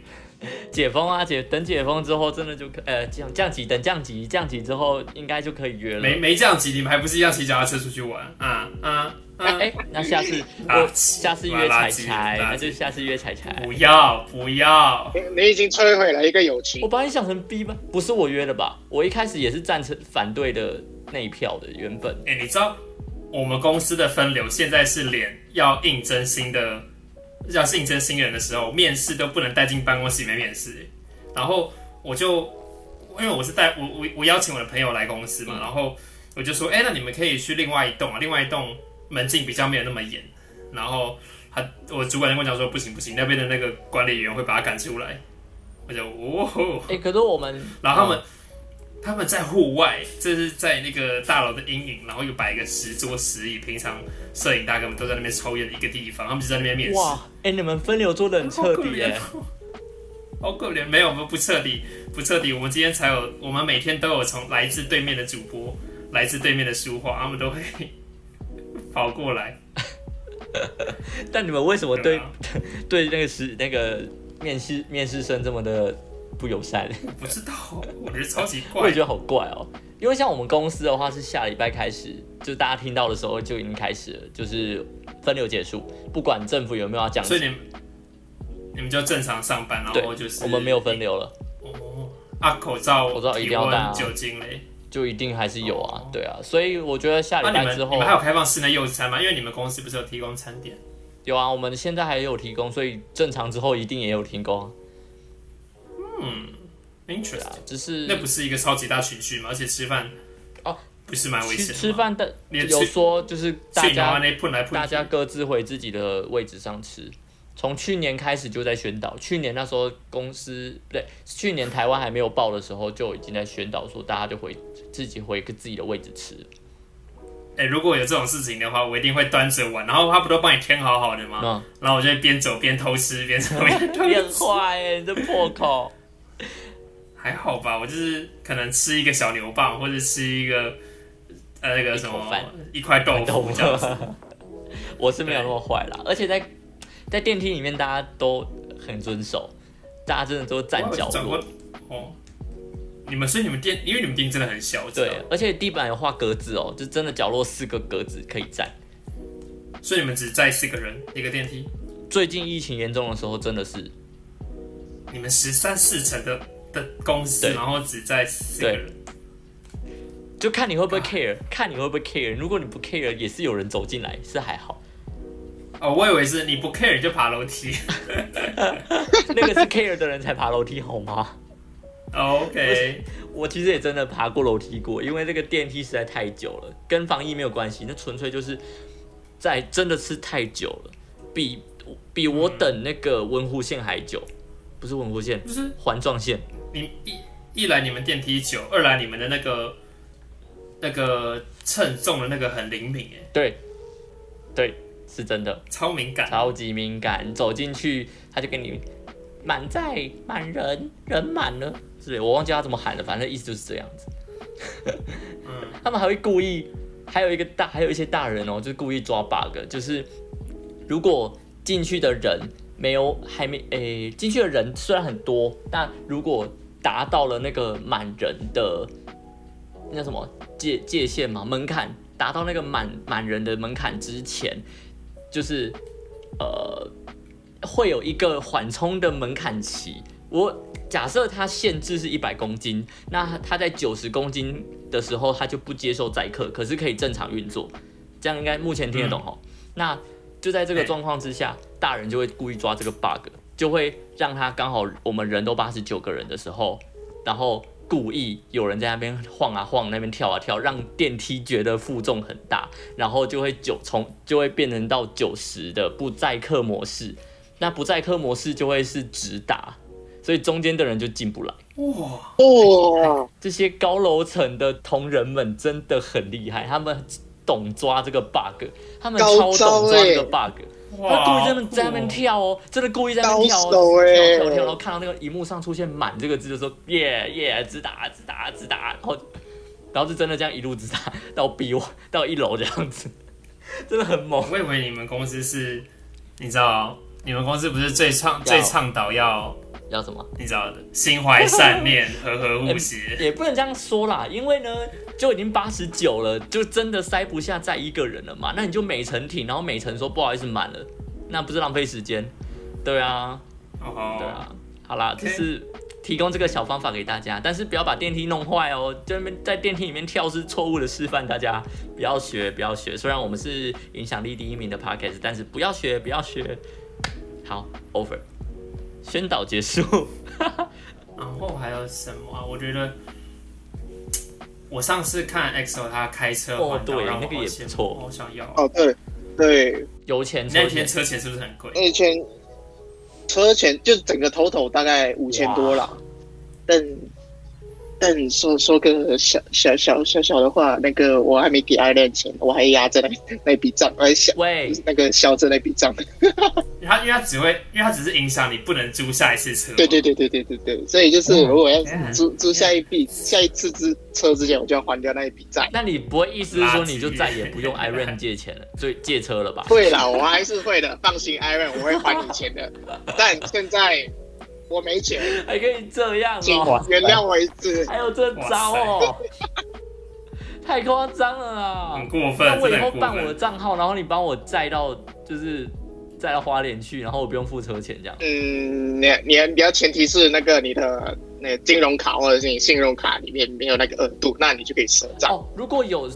Speaker 2: 解封啊，解等解封之后，真的就可呃降降级，等降级降级之后，应该就可以约了。
Speaker 1: 没没降级，你们还不是一样骑脚踏车出去玩啊啊
Speaker 2: 那
Speaker 1: 啊！
Speaker 2: 哎、那下次
Speaker 1: 啊
Speaker 2: 我下次约
Speaker 1: 垃
Speaker 2: 彩
Speaker 1: 圾
Speaker 2: 彩，
Speaker 1: 垃圾
Speaker 2: 那就下次约彩彩
Speaker 1: 不。要不要！
Speaker 3: 你你已经摧毁了一个友情
Speaker 2: 我，把你想成 B 吧，不是我约的吧？我一开始也是赞成反对的那一票的，原本
Speaker 1: 哎、你知道我们公司的分流现在是连要应征新的，要是应征新人的时候，面试都不能带进办公室里面面试、哎然后我就因为我是带我我我邀请我的朋友来公司嘛，然后我就说，哎、那你们可以去另外一栋啊，另外一栋门禁比较没有那么严。然后他我主管就跟我讲说，不行不行，那边的那个管理员会把他赶出来。我就哦吼。
Speaker 2: 哎、可是我们
Speaker 1: 然后他
Speaker 2: 嗯
Speaker 1: 们、他们在户外，这是在那个大楼的阴影，然后又摆一个石桌石椅，平常摄影大哥们都在那边抽烟的一个地方，他们就在那边面试，
Speaker 2: 哇，哎、你们分流做的很彻底哎、
Speaker 1: 好可怜。没有，我们不彻底，不彻底。我们今天才有，我们每天都有从来自对面的主播，来自对面的书画，他们都会跑过来。
Speaker 2: 但你们为什么对
Speaker 1: 对啊
Speaker 2: 对那个是那个面试面试生这么的不友善？
Speaker 1: 我不知道，我觉得超级
Speaker 2: 我
Speaker 1: 怪
Speaker 2: 也觉。得好怪哦。因为像我们公司的话，是下礼拜开始，就大家听到的时候就已经开始了，就是分流结束，不管政府有没有要降
Speaker 1: 所以
Speaker 2: 级，
Speaker 1: 你们你们就正常上班，然
Speaker 2: 对
Speaker 1: 后就是
Speaker 2: 我们没有分流了，
Speaker 1: 哦啊，口罩、
Speaker 2: 口罩一定
Speaker 1: 体
Speaker 2: 要戴啊
Speaker 1: 温、酒精嘞。
Speaker 2: 就一定还是有啊
Speaker 1: 哦，
Speaker 2: 对啊，所以我觉得下
Speaker 1: 那
Speaker 2: 礼
Speaker 1: 啊你
Speaker 2: 拜
Speaker 1: 们
Speaker 2: 之
Speaker 1: 你
Speaker 2: 后、
Speaker 1: 们还有开放室内用餐吗？因为你们公司不是有提供餐点？
Speaker 2: 有啊，我们现在还有提供，所以正常之后一定也有提供啊，
Speaker 1: 嗯
Speaker 2: 对啊
Speaker 1: ，interesting。，
Speaker 2: 只是
Speaker 1: 那不是一个超级大群聚吗？而且吃饭
Speaker 2: 哦，
Speaker 1: 不是蛮危
Speaker 2: 吃
Speaker 1: 险的吗
Speaker 2: 吃，饭的
Speaker 1: 连
Speaker 2: 有
Speaker 1: 吃
Speaker 2: 说就是大
Speaker 1: 去
Speaker 2: 家
Speaker 1: 那碰来碰去，
Speaker 2: 大家各自回自己的位置上吃。从去年开始就在宣导，去年那时候公司不对，去年台湾还没有报的时候就已经在宣导说大家就回自己回自己的位置吃，
Speaker 1: 哎、如果有这种事情的话，我一定会端着碗，然后他不都帮你添好好的吗？
Speaker 2: 嗯，
Speaker 1: 然后我就会边走边偷吃，边走边偷
Speaker 2: 变
Speaker 1: 吃。
Speaker 2: 坏耶，你这破口。
Speaker 1: 还好吧，我就是可能吃一个小牛蒡，或者吃一个呃那个什
Speaker 2: 一口
Speaker 1: 么
Speaker 2: 饭
Speaker 1: 一块豆腐这样子。
Speaker 2: 我是没有那么坏啦，而且在在电梯里面大家都很遵守，大家真的都站角
Speaker 1: 转
Speaker 2: 落
Speaker 1: 过，哦，你们所以你们店，因为你们店真的很小，我知道
Speaker 2: 对，啊而且地板有画格子哦，就真的角落四个格子可以站。
Speaker 1: 所以你们只载四个人一个电梯，
Speaker 2: 最近疫情严重的时候真的是
Speaker 1: 你们十三四层的的公司，
Speaker 2: 对
Speaker 1: 然后只载四个人，
Speaker 2: 就看你会不会 care，看你会不会 care。如果你不 care，也是有人走进来，是还好。
Speaker 1: 哦，我以为是你不 care 就爬楼梯。
Speaker 2: 那个是 care 的人才爬楼梯好吗？
Speaker 1: 哦 OK，
Speaker 2: 我其实也真的爬过楼梯过，因为那个电梯实在太久了，跟防疫没有关系，那纯粹就是在真的是太久了，比比我等那个文湖线还久，不是文湖线，
Speaker 1: 就是
Speaker 2: 环状线。
Speaker 1: 你一一来你们电梯久，二来你们的那个那个称重的那个很灵敏，哎，
Speaker 2: 对，对，是真的，
Speaker 1: 超敏感。
Speaker 2: 超级敏感，走进去他就跟你满载满人，人满了之类，我忘记他怎么喊了，反正意思就是这样子。
Speaker 1: 嗯，
Speaker 2: 他们还会故意，还有一个大，还有一些大人哦，就是故意抓 bug，就是如果进去的人没有还没诶，进去的人虽然很多，但如果达到了那个满人的那叫什么界界限嘛门槛，达到那个满满人的门槛之前，就是呃会有一个缓冲的门槛期。我假设它限制是一百公斤，那它在九十公斤的时候，它就不接受载客，可是可以正常运作。这样应该目前听得懂哦。那就在这个状况之下，大人就会故意抓这个 bug，就会让他刚好我们人都八十九个人的时候，然后故意有人在那边晃啊晃，那边跳啊跳，让电梯觉得负重很大，然后就会九从就会变成到九十的不载客模式。那不载客模式就会是直达，所以中间的人就进不来。
Speaker 1: 哇，
Speaker 3: 哇，
Speaker 2: 这些高楼层的同仁们真的很厉害，他们懂抓这个 bug，他们超
Speaker 3: 高招
Speaker 2: 懂抓这个
Speaker 3: 欸
Speaker 2: bug。
Speaker 1: 哇
Speaker 2: 他故意在那边在那
Speaker 1: 好
Speaker 2: 边
Speaker 1: 酷哦
Speaker 2: 跳哦，真的故意在那边跳
Speaker 3: 高手
Speaker 2: 哦，
Speaker 3: 欸
Speaker 2: 跳跳跳，然后看到那个荧幕上出现“满”这个字的时候，耶耶，直打直打直打，然后然后就真的这样一路直打到 B 我到一楼这样子， 真的很猛。
Speaker 1: 我以为你们公司是，你知道，你们公司不是最倡最倡导要，
Speaker 2: 要什么？
Speaker 1: 你知道的，心怀善念，和和和 谐。
Speaker 2: 也不能这样说啦，因为呢就已经八十九了，就真的塞不下再一个人了嘛。那你就每层挺，然后每层说不好意思满了，那不是浪费时间？对啊，对
Speaker 1: 哦，
Speaker 2: 啊，好啦，
Speaker 1: OK
Speaker 2: 就是提供这个小方法给大家，但是不要把电梯弄坏哦。在那边在电梯里面跳是错误的示范，大家不要学，不要学。虽然我们是影响力第一名的 podcast，但是不要学，不要学。好，over，宣导结束。
Speaker 1: 然后还有什么啊？我觉得。我上次看 EXO 他开车环岛，
Speaker 2: 哦对
Speaker 1: 让我
Speaker 2: 那个
Speaker 1: 好
Speaker 2: 也
Speaker 1: 羡慕
Speaker 2: 不错
Speaker 1: 好想要。
Speaker 3: 哦对对，
Speaker 2: 油钱
Speaker 1: 你
Speaker 2: 抽
Speaker 1: 那天
Speaker 2: 钱，
Speaker 1: 车钱是不是很贵？
Speaker 3: 那一圈车钱就整个 total 大概五千多啦，但但说说个小小小小小的话，那个我还没给 i r 钱，我还压着那那笔账，我还小
Speaker 2: 喂，
Speaker 3: 那个小着那笔账。
Speaker 1: 他因为他只会，因为他只是影响你不能租下一次车。
Speaker 3: 对对对对对对对，所以就是如果要
Speaker 1: 嗯
Speaker 3: 租租下一笔下一次之车之前，我就要还掉那一笔账。
Speaker 2: 那你不会意思是说你就再也不用 Iron 借钱了，所以借车了吧？
Speaker 3: 会啦，我还是会的，放心，Iron，我会还你 钱的。但现在我没钱，
Speaker 2: 还可以这样
Speaker 3: 请
Speaker 2: 哦，
Speaker 3: 原谅我一次。
Speaker 2: 还有这招哦，太夸张了啦！
Speaker 1: 很过
Speaker 2: 那
Speaker 1: 分，
Speaker 2: 我
Speaker 1: 真
Speaker 2: 以
Speaker 1: 的很
Speaker 2: 后
Speaker 1: 过
Speaker 2: 办我的
Speaker 1: 分。
Speaker 2: 账号，然后你帮我载到就是载到花莲去，然后我不用付车钱这样。
Speaker 3: 嗯，你你你要前提是那个你的那个金融卡或者是你信用卡里面没有那个额度，那你就可以赊账，
Speaker 2: 哦，如果有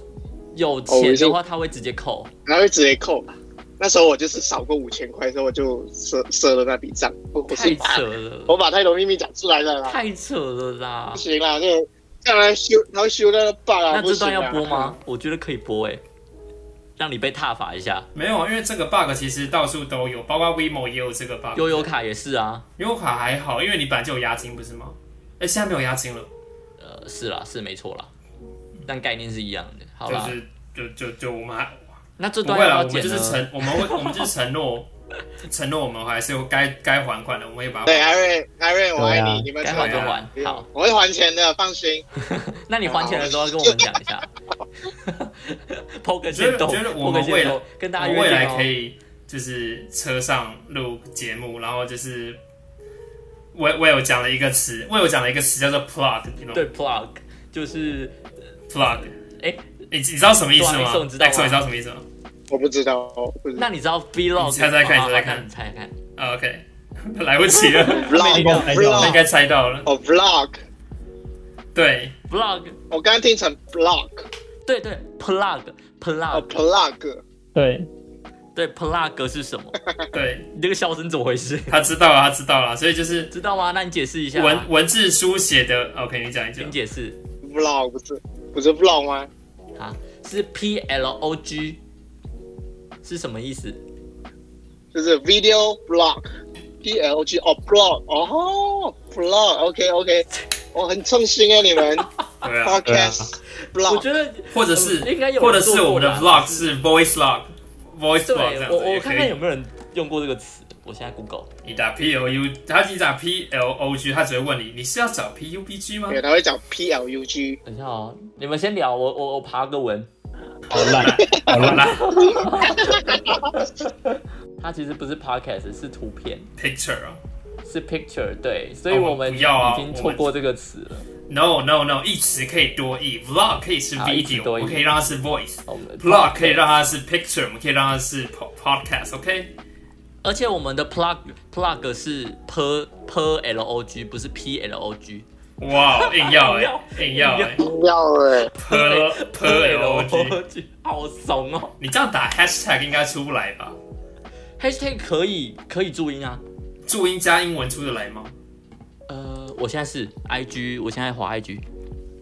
Speaker 2: 有
Speaker 3: 哦我
Speaker 2: 钱
Speaker 3: 已
Speaker 2: 的
Speaker 3: 经
Speaker 2: 话，他会直接扣。
Speaker 3: 然后就直接扣嘛。那时候我就是少过五千块，所以我就赊赊了那笔账。我我
Speaker 2: 太
Speaker 3: 是
Speaker 2: 扯
Speaker 3: 把
Speaker 2: 了，
Speaker 3: 我把太多秘密讲出来了啦。
Speaker 2: 太扯了啦
Speaker 3: 不！行啦，这个让他修，他修那个 bug 啊，
Speaker 2: 那
Speaker 3: 不
Speaker 2: 这
Speaker 3: 行
Speaker 2: 段
Speaker 3: 啊
Speaker 2: 要播吗？？我觉得可以播哎，让你被踏伐一下。
Speaker 1: 没有啊，因为这个 bug 其实到处都有，包括 WeMo 也有这个 bug。
Speaker 2: 悠悠卡也是啊，
Speaker 1: 优卡还好，因为你本来就有押金，不是吗？哎、现在没有押金了，
Speaker 2: 呃，是啦，是没错啦，但概念是一样的。好
Speaker 1: 就
Speaker 2: 啦，
Speaker 1: 是就就就我们还
Speaker 2: 那这
Speaker 1: 不
Speaker 2: 段
Speaker 1: 会啦，
Speaker 2: 要
Speaker 1: 我
Speaker 2: 不
Speaker 1: 们
Speaker 2: 要
Speaker 1: 就
Speaker 2: 剪啊
Speaker 1: 是
Speaker 2: 呢？
Speaker 1: 承，我们会 我们就是承诺，承诺我们还是有该该还款的，我们会把它
Speaker 3: 对，艾瑞，艾瑞，我
Speaker 4: 对
Speaker 3: 爱你，
Speaker 4: 啊
Speaker 3: 你们
Speaker 2: 该还就还。好，，
Speaker 3: 我会还钱的，放心。
Speaker 2: 那你还钱的时候要跟我们讲 一下， 抛个
Speaker 1: 觉
Speaker 2: 线
Speaker 1: 得
Speaker 2: 动，
Speaker 1: 觉得我
Speaker 2: 抛个
Speaker 1: 们未
Speaker 2: 线
Speaker 1: 来
Speaker 2: 动，跟大
Speaker 1: 我
Speaker 2: 家
Speaker 1: 们
Speaker 2: 约
Speaker 1: 未来
Speaker 2: 定
Speaker 1: 可
Speaker 2: 哦。
Speaker 1: 以就是车上录节目，然后就是我我有讲了一个词，我有讲了一个词叫做 plug，你懂吗
Speaker 2: 对，plug 就是
Speaker 1: plug，
Speaker 2: 哎
Speaker 1: 你你知道什么意思
Speaker 2: 对啊
Speaker 1: 吗
Speaker 2: ，Exo 你知道吗
Speaker 1: Exo，你知道什么意思吗？
Speaker 3: 我不知道，我不知道
Speaker 2: 那。你知道 vlog？
Speaker 1: 你猜猜看
Speaker 2: 吗
Speaker 1: 你猜猜看
Speaker 2: 你猜猜看。
Speaker 1: 啊，OK，来 不及了，
Speaker 2: 没听到
Speaker 3: vlog 哦
Speaker 1: 他应
Speaker 3: vlog
Speaker 1: 该猜到了，
Speaker 3: 哦 vlog，
Speaker 1: 对，
Speaker 2: vlog
Speaker 3: 我刚刚听成 blog
Speaker 2: 对对，plug
Speaker 3: 哦
Speaker 2: plug
Speaker 3: plug，
Speaker 4: 对，
Speaker 2: 对 plug 是什 么？
Speaker 1: 对
Speaker 2: 你这个笑声怎么回事？
Speaker 1: 他知道了，他知道了，所以就是
Speaker 2: 知道吗？那你解释一下啊。
Speaker 1: 文文字书写的，OK，你讲一讲
Speaker 2: 请。解释
Speaker 3: vlog 不是不是 vlog 吗？
Speaker 2: 啊，是 p l o g 是什么意思？
Speaker 3: 就是 video blog，P L G 哦 blog 哦 blog，OK OK，我很创新啊，你
Speaker 1: 对
Speaker 3: 们
Speaker 1: 啊，
Speaker 3: podcast
Speaker 2: 啊
Speaker 1: 哦
Speaker 2: 我
Speaker 3: blog
Speaker 2: 觉得
Speaker 1: 或者是
Speaker 2: 应该有人
Speaker 1: 或者是我们的
Speaker 2: 做过啊
Speaker 1: vlog 是 voice log，voice
Speaker 2: 对
Speaker 1: log 这样子
Speaker 2: 我我
Speaker 1: 也
Speaker 2: 看
Speaker 1: 可
Speaker 2: 看
Speaker 1: 以
Speaker 2: 有。没有人用过这个词。我现在 Google
Speaker 1: 你打 P L U，他你打 P L O G，他只会问你你是要找 P U B G 吗
Speaker 3: 对，？他会讲 P L U G。
Speaker 2: 等一下哦，你们先聊，我我我爬个文。
Speaker 4: 好烂，好
Speaker 1: 好
Speaker 4: 烂，
Speaker 1: 啦
Speaker 2: 它其实不是 podcast，是图片，
Speaker 1: ，picture 哦
Speaker 2: 是 picture，对，所以
Speaker 1: 哦
Speaker 2: 我们
Speaker 1: 不
Speaker 2: 已
Speaker 1: 要啊
Speaker 2: 经错过这个词了。
Speaker 1: ，no no no，一词可以多义，vlog 可以是
Speaker 2: 好一词
Speaker 1: video，
Speaker 2: 多义
Speaker 1: 我可以让它是 voice。
Speaker 2: 我们
Speaker 1: Blog 可以让它是 picture，我们可以让它是 po- podcast，OK？、
Speaker 2: 而且我们的 plug plug 是 per per log，不是 p log。
Speaker 1: 哇、硬要哎、硬要哎、
Speaker 3: 要哎、欸，
Speaker 1: per per log，
Speaker 2: log，好怂哦。
Speaker 1: 你这样打 hashtag 应该出不来吧？
Speaker 2: hashtag 可以可以注音啊。
Speaker 1: 注音加英文出得来吗？
Speaker 2: 呃，我现在是 IG，我现在滑 IG，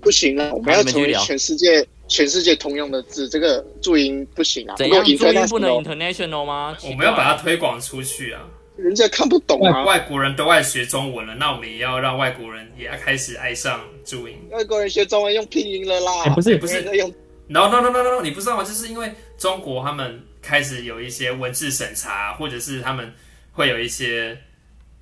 Speaker 3: 不行啊！我们要
Speaker 2: 你们继
Speaker 3: 成
Speaker 2: 续
Speaker 3: 为
Speaker 2: 聊
Speaker 3: 全世界全世界通用的字，这个注音不行啊！
Speaker 2: 怎样
Speaker 3: 如
Speaker 2: 注
Speaker 3: 果
Speaker 2: 音不能
Speaker 3: international，
Speaker 2: international 吗？
Speaker 1: 我们要把它
Speaker 2: 它
Speaker 1: 推广出去啊！
Speaker 3: 人家看不懂啊！
Speaker 1: 外国人都爱学中文了，那我们也要让外国人也要开始爱上注音。
Speaker 3: 外国人学中文用拼音了啦，
Speaker 4: 哎不是
Speaker 1: 不是
Speaker 3: 人家用
Speaker 1: No no no no no，no，你不知道吗？就是因为中国他们开始有一些文字审查，或者是他们会有一些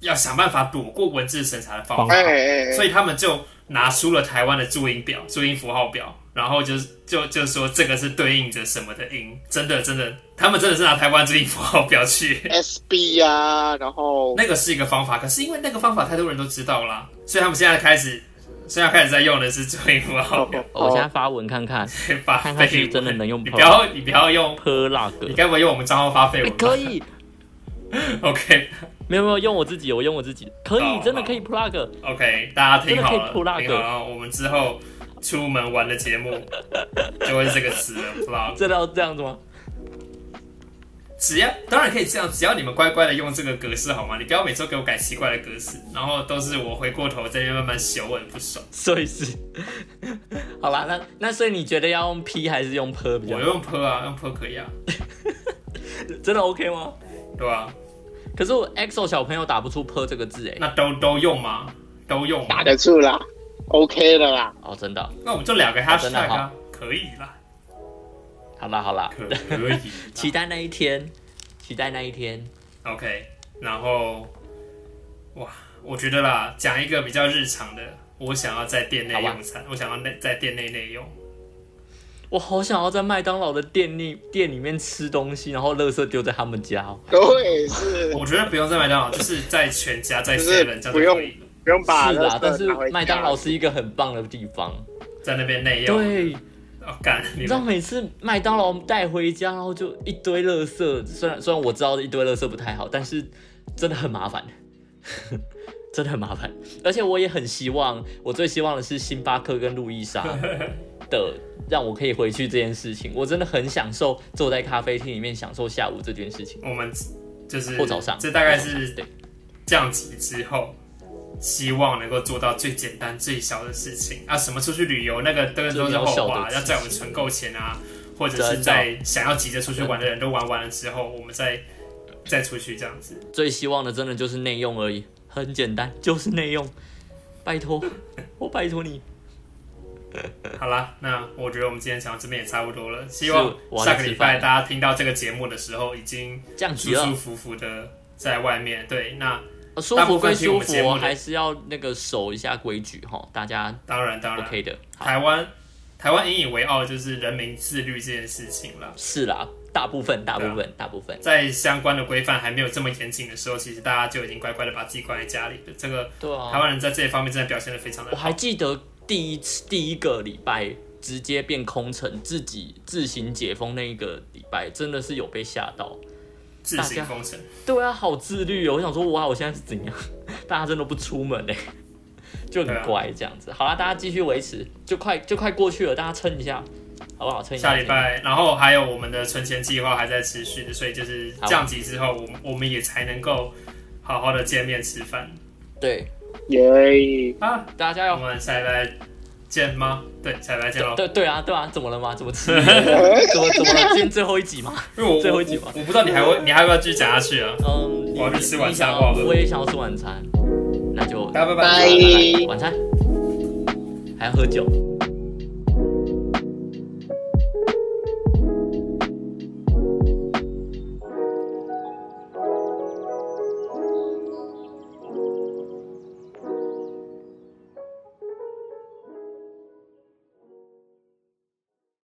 Speaker 1: 要想办法躲过文字审查的方法，
Speaker 3: 哎哎
Speaker 1: 所
Speaker 3: 哎，
Speaker 1: 以他们就拿出了台湾的注音表、注音符号表，然后就是就就说这个是对应着什么的音，真的真的，他们真的是拿台湾注音符号表去。
Speaker 3: SB 啊，然后
Speaker 1: 那个是一个方法，可是因为那个方法太多人都知道啦，所以他们现在开始，现在开始在用的是注音符
Speaker 3: 哦
Speaker 1: 号 表，
Speaker 2: 哦我现在发文看看
Speaker 1: 发
Speaker 2: 看看是不
Speaker 1: 废
Speaker 2: 是
Speaker 1: 文。
Speaker 2: 真的能用
Speaker 1: 你不要，你不要用，
Speaker 2: per
Speaker 1: 你
Speaker 2: log。
Speaker 1: 该不会用我们账号发废
Speaker 2: 哎
Speaker 1: 文吧？
Speaker 2: 可以，
Speaker 1: OK
Speaker 2: 没有没有，用我自己，我用我自己，可
Speaker 1: 好
Speaker 2: 以，真的可以 plug。
Speaker 1: OK，大家听好
Speaker 2: 真的可以 plug
Speaker 1: 了，听好了，我们之后出门玩的节目就会是这个词了 vlog。
Speaker 2: 真的要这样子吗？
Speaker 1: 只要当然可以这样，只要你们乖乖的用这个格式好吗？你不要每周给我改奇怪的格式，然后都是我回过头在那边慢慢修，我很不爽。
Speaker 2: 所以是，好啦，那那所以你觉得要用 p 还是用 per 比较
Speaker 1: 我
Speaker 2: 好？
Speaker 1: 用 per 啊，用 per 可以啊，
Speaker 2: 真的 OK 吗？
Speaker 1: 对吧、
Speaker 2: 可是我 EXO 小朋友打不出 per 这个字哎、
Speaker 1: 那都都用吗？都用吗
Speaker 3: 打？得住啦，OK 的啦。
Speaker 2: 哦，真的哦，
Speaker 1: 那我们就两个
Speaker 2: 真的
Speaker 1: hashtag
Speaker 2: 哈
Speaker 1: 啊，可以 啦，
Speaker 2: 好啦好啦，
Speaker 1: 可可以。
Speaker 2: 期待那一天，期待那一天。
Speaker 1: OK，然后哇，我觉得啦，讲一个比较日常的，我想要在店内
Speaker 2: 好吧
Speaker 1: 用餐，我想要内在店内内用。
Speaker 2: 我好想要在麦当劳的店里店里面吃东西，然后垃圾丢在他们家、哦。
Speaker 3: 对，是
Speaker 1: 我觉得不用在麦当劳，就是在全家、在
Speaker 3: 就是
Speaker 1: seven 这样就
Speaker 3: 不用
Speaker 1: 可以了，
Speaker 3: 不用把
Speaker 2: 是
Speaker 3: 垃
Speaker 2: 啦
Speaker 3: 圾，
Speaker 2: 但是
Speaker 3: 拿回家
Speaker 2: 麦当劳是一个很棒的地方。
Speaker 1: 在那边内用。
Speaker 2: 对，
Speaker 1: 哦，干，你
Speaker 2: 你知道
Speaker 1: 们
Speaker 2: 每次麦当劳带回家，然后就一堆垃圾。虽然虽然我知道一堆垃圾不太好，但是真的很麻烦， 真的很麻烦。而且我也很希望，我最希望的是星巴克跟路 易莎的让我可以回去这件事情。我真的很享受坐在咖啡厅里面享受下午这件事情，
Speaker 1: 我们就是
Speaker 2: 或早上。
Speaker 1: 嗯这大概
Speaker 2: 或早
Speaker 1: 是
Speaker 2: 上对。
Speaker 1: 降级之后，希望能够做到最简单、最小的事情啊。什么出去旅游那个都是都是
Speaker 2: 最
Speaker 1: 后
Speaker 2: 渺小
Speaker 1: 话，
Speaker 2: 的
Speaker 1: 哦
Speaker 2: 事情
Speaker 1: 要在我们存够钱啊，或者
Speaker 2: 真
Speaker 1: 是
Speaker 2: 的
Speaker 1: 在想要急着出去玩的人都玩完了之后，我们再再出去这样子。
Speaker 2: 最希望的真的就是内用而已，很简单，就是内用。拜托，我拜托你。
Speaker 1: 好啦，那我觉得我们今天讲到这边也差不多了。希望
Speaker 2: 是我要
Speaker 1: 下
Speaker 2: 去
Speaker 1: 个
Speaker 2: 吃
Speaker 1: 礼
Speaker 2: 饭
Speaker 1: 拜
Speaker 2: 了
Speaker 1: 大家听到这个节目的时候，已经
Speaker 2: 降
Speaker 1: 舒
Speaker 2: 级
Speaker 1: 舒
Speaker 2: 了，
Speaker 1: 服服的在外面。对，那
Speaker 2: 呃舒
Speaker 1: 大
Speaker 2: 服
Speaker 1: 部分
Speaker 2: 归
Speaker 1: 听我
Speaker 2: 舒
Speaker 1: 们
Speaker 2: 服
Speaker 1: 节目
Speaker 2: 哦，
Speaker 1: 的
Speaker 2: 还是要那个守一下规矩哈，大家
Speaker 1: 当然当然
Speaker 2: OK 的。好，
Speaker 1: 台湾台湾引以为傲的就是人民自律这件事情啦。
Speaker 2: 是啦，大部分
Speaker 1: 啊
Speaker 2: 大部分大部分，
Speaker 1: 在相关的规范还没有这么严谨的时候，其实大家就已经乖乖的把自己关在家里了。这个
Speaker 2: 对
Speaker 1: 台
Speaker 2: 啊。
Speaker 1: 湾人在这一方面真的表现的非常的
Speaker 2: 我
Speaker 1: 好
Speaker 2: 还。记得第一次第一个礼拜直接变空城，自己自行解封那一个礼拜，真的是有被吓到。
Speaker 1: 自行封城，
Speaker 2: 对啊，好自律哦！我想说，哇，我现在是怎样？ 大家真的不出门哎、 就很
Speaker 1: 啊
Speaker 2: 乖这样子。好啦，大家继续维持，就快就快过去了，大家撑一下，好不好？撑一下。
Speaker 1: 下礼拜，然后还有我们的存钱计划还在持续的，所以就是
Speaker 2: 好
Speaker 1: 降级之后，我们我们也才能够好好的见面吃饭
Speaker 2: 对，
Speaker 3: 耶，
Speaker 1: 啊。
Speaker 2: 大家
Speaker 1: 我
Speaker 2: 要
Speaker 1: 们下礼拜见吗？对，下礼拜见喽。
Speaker 2: 对对啊对啊，怎么了吗？怎 么吃？怎么怎么了？今天最后一集吗？
Speaker 1: 因为我
Speaker 2: 最后
Speaker 1: 我
Speaker 2: 一集吧
Speaker 1: 我我不知道你还会你还要不要继续讲下去啊？
Speaker 2: 嗯，
Speaker 1: 我要去吃晚餐
Speaker 2: 你想
Speaker 1: 好
Speaker 2: 要
Speaker 1: 了
Speaker 2: 我也想要吃晚餐，那就
Speaker 1: 大家拜拜
Speaker 3: 拜。
Speaker 2: 晚餐，还要喝酒。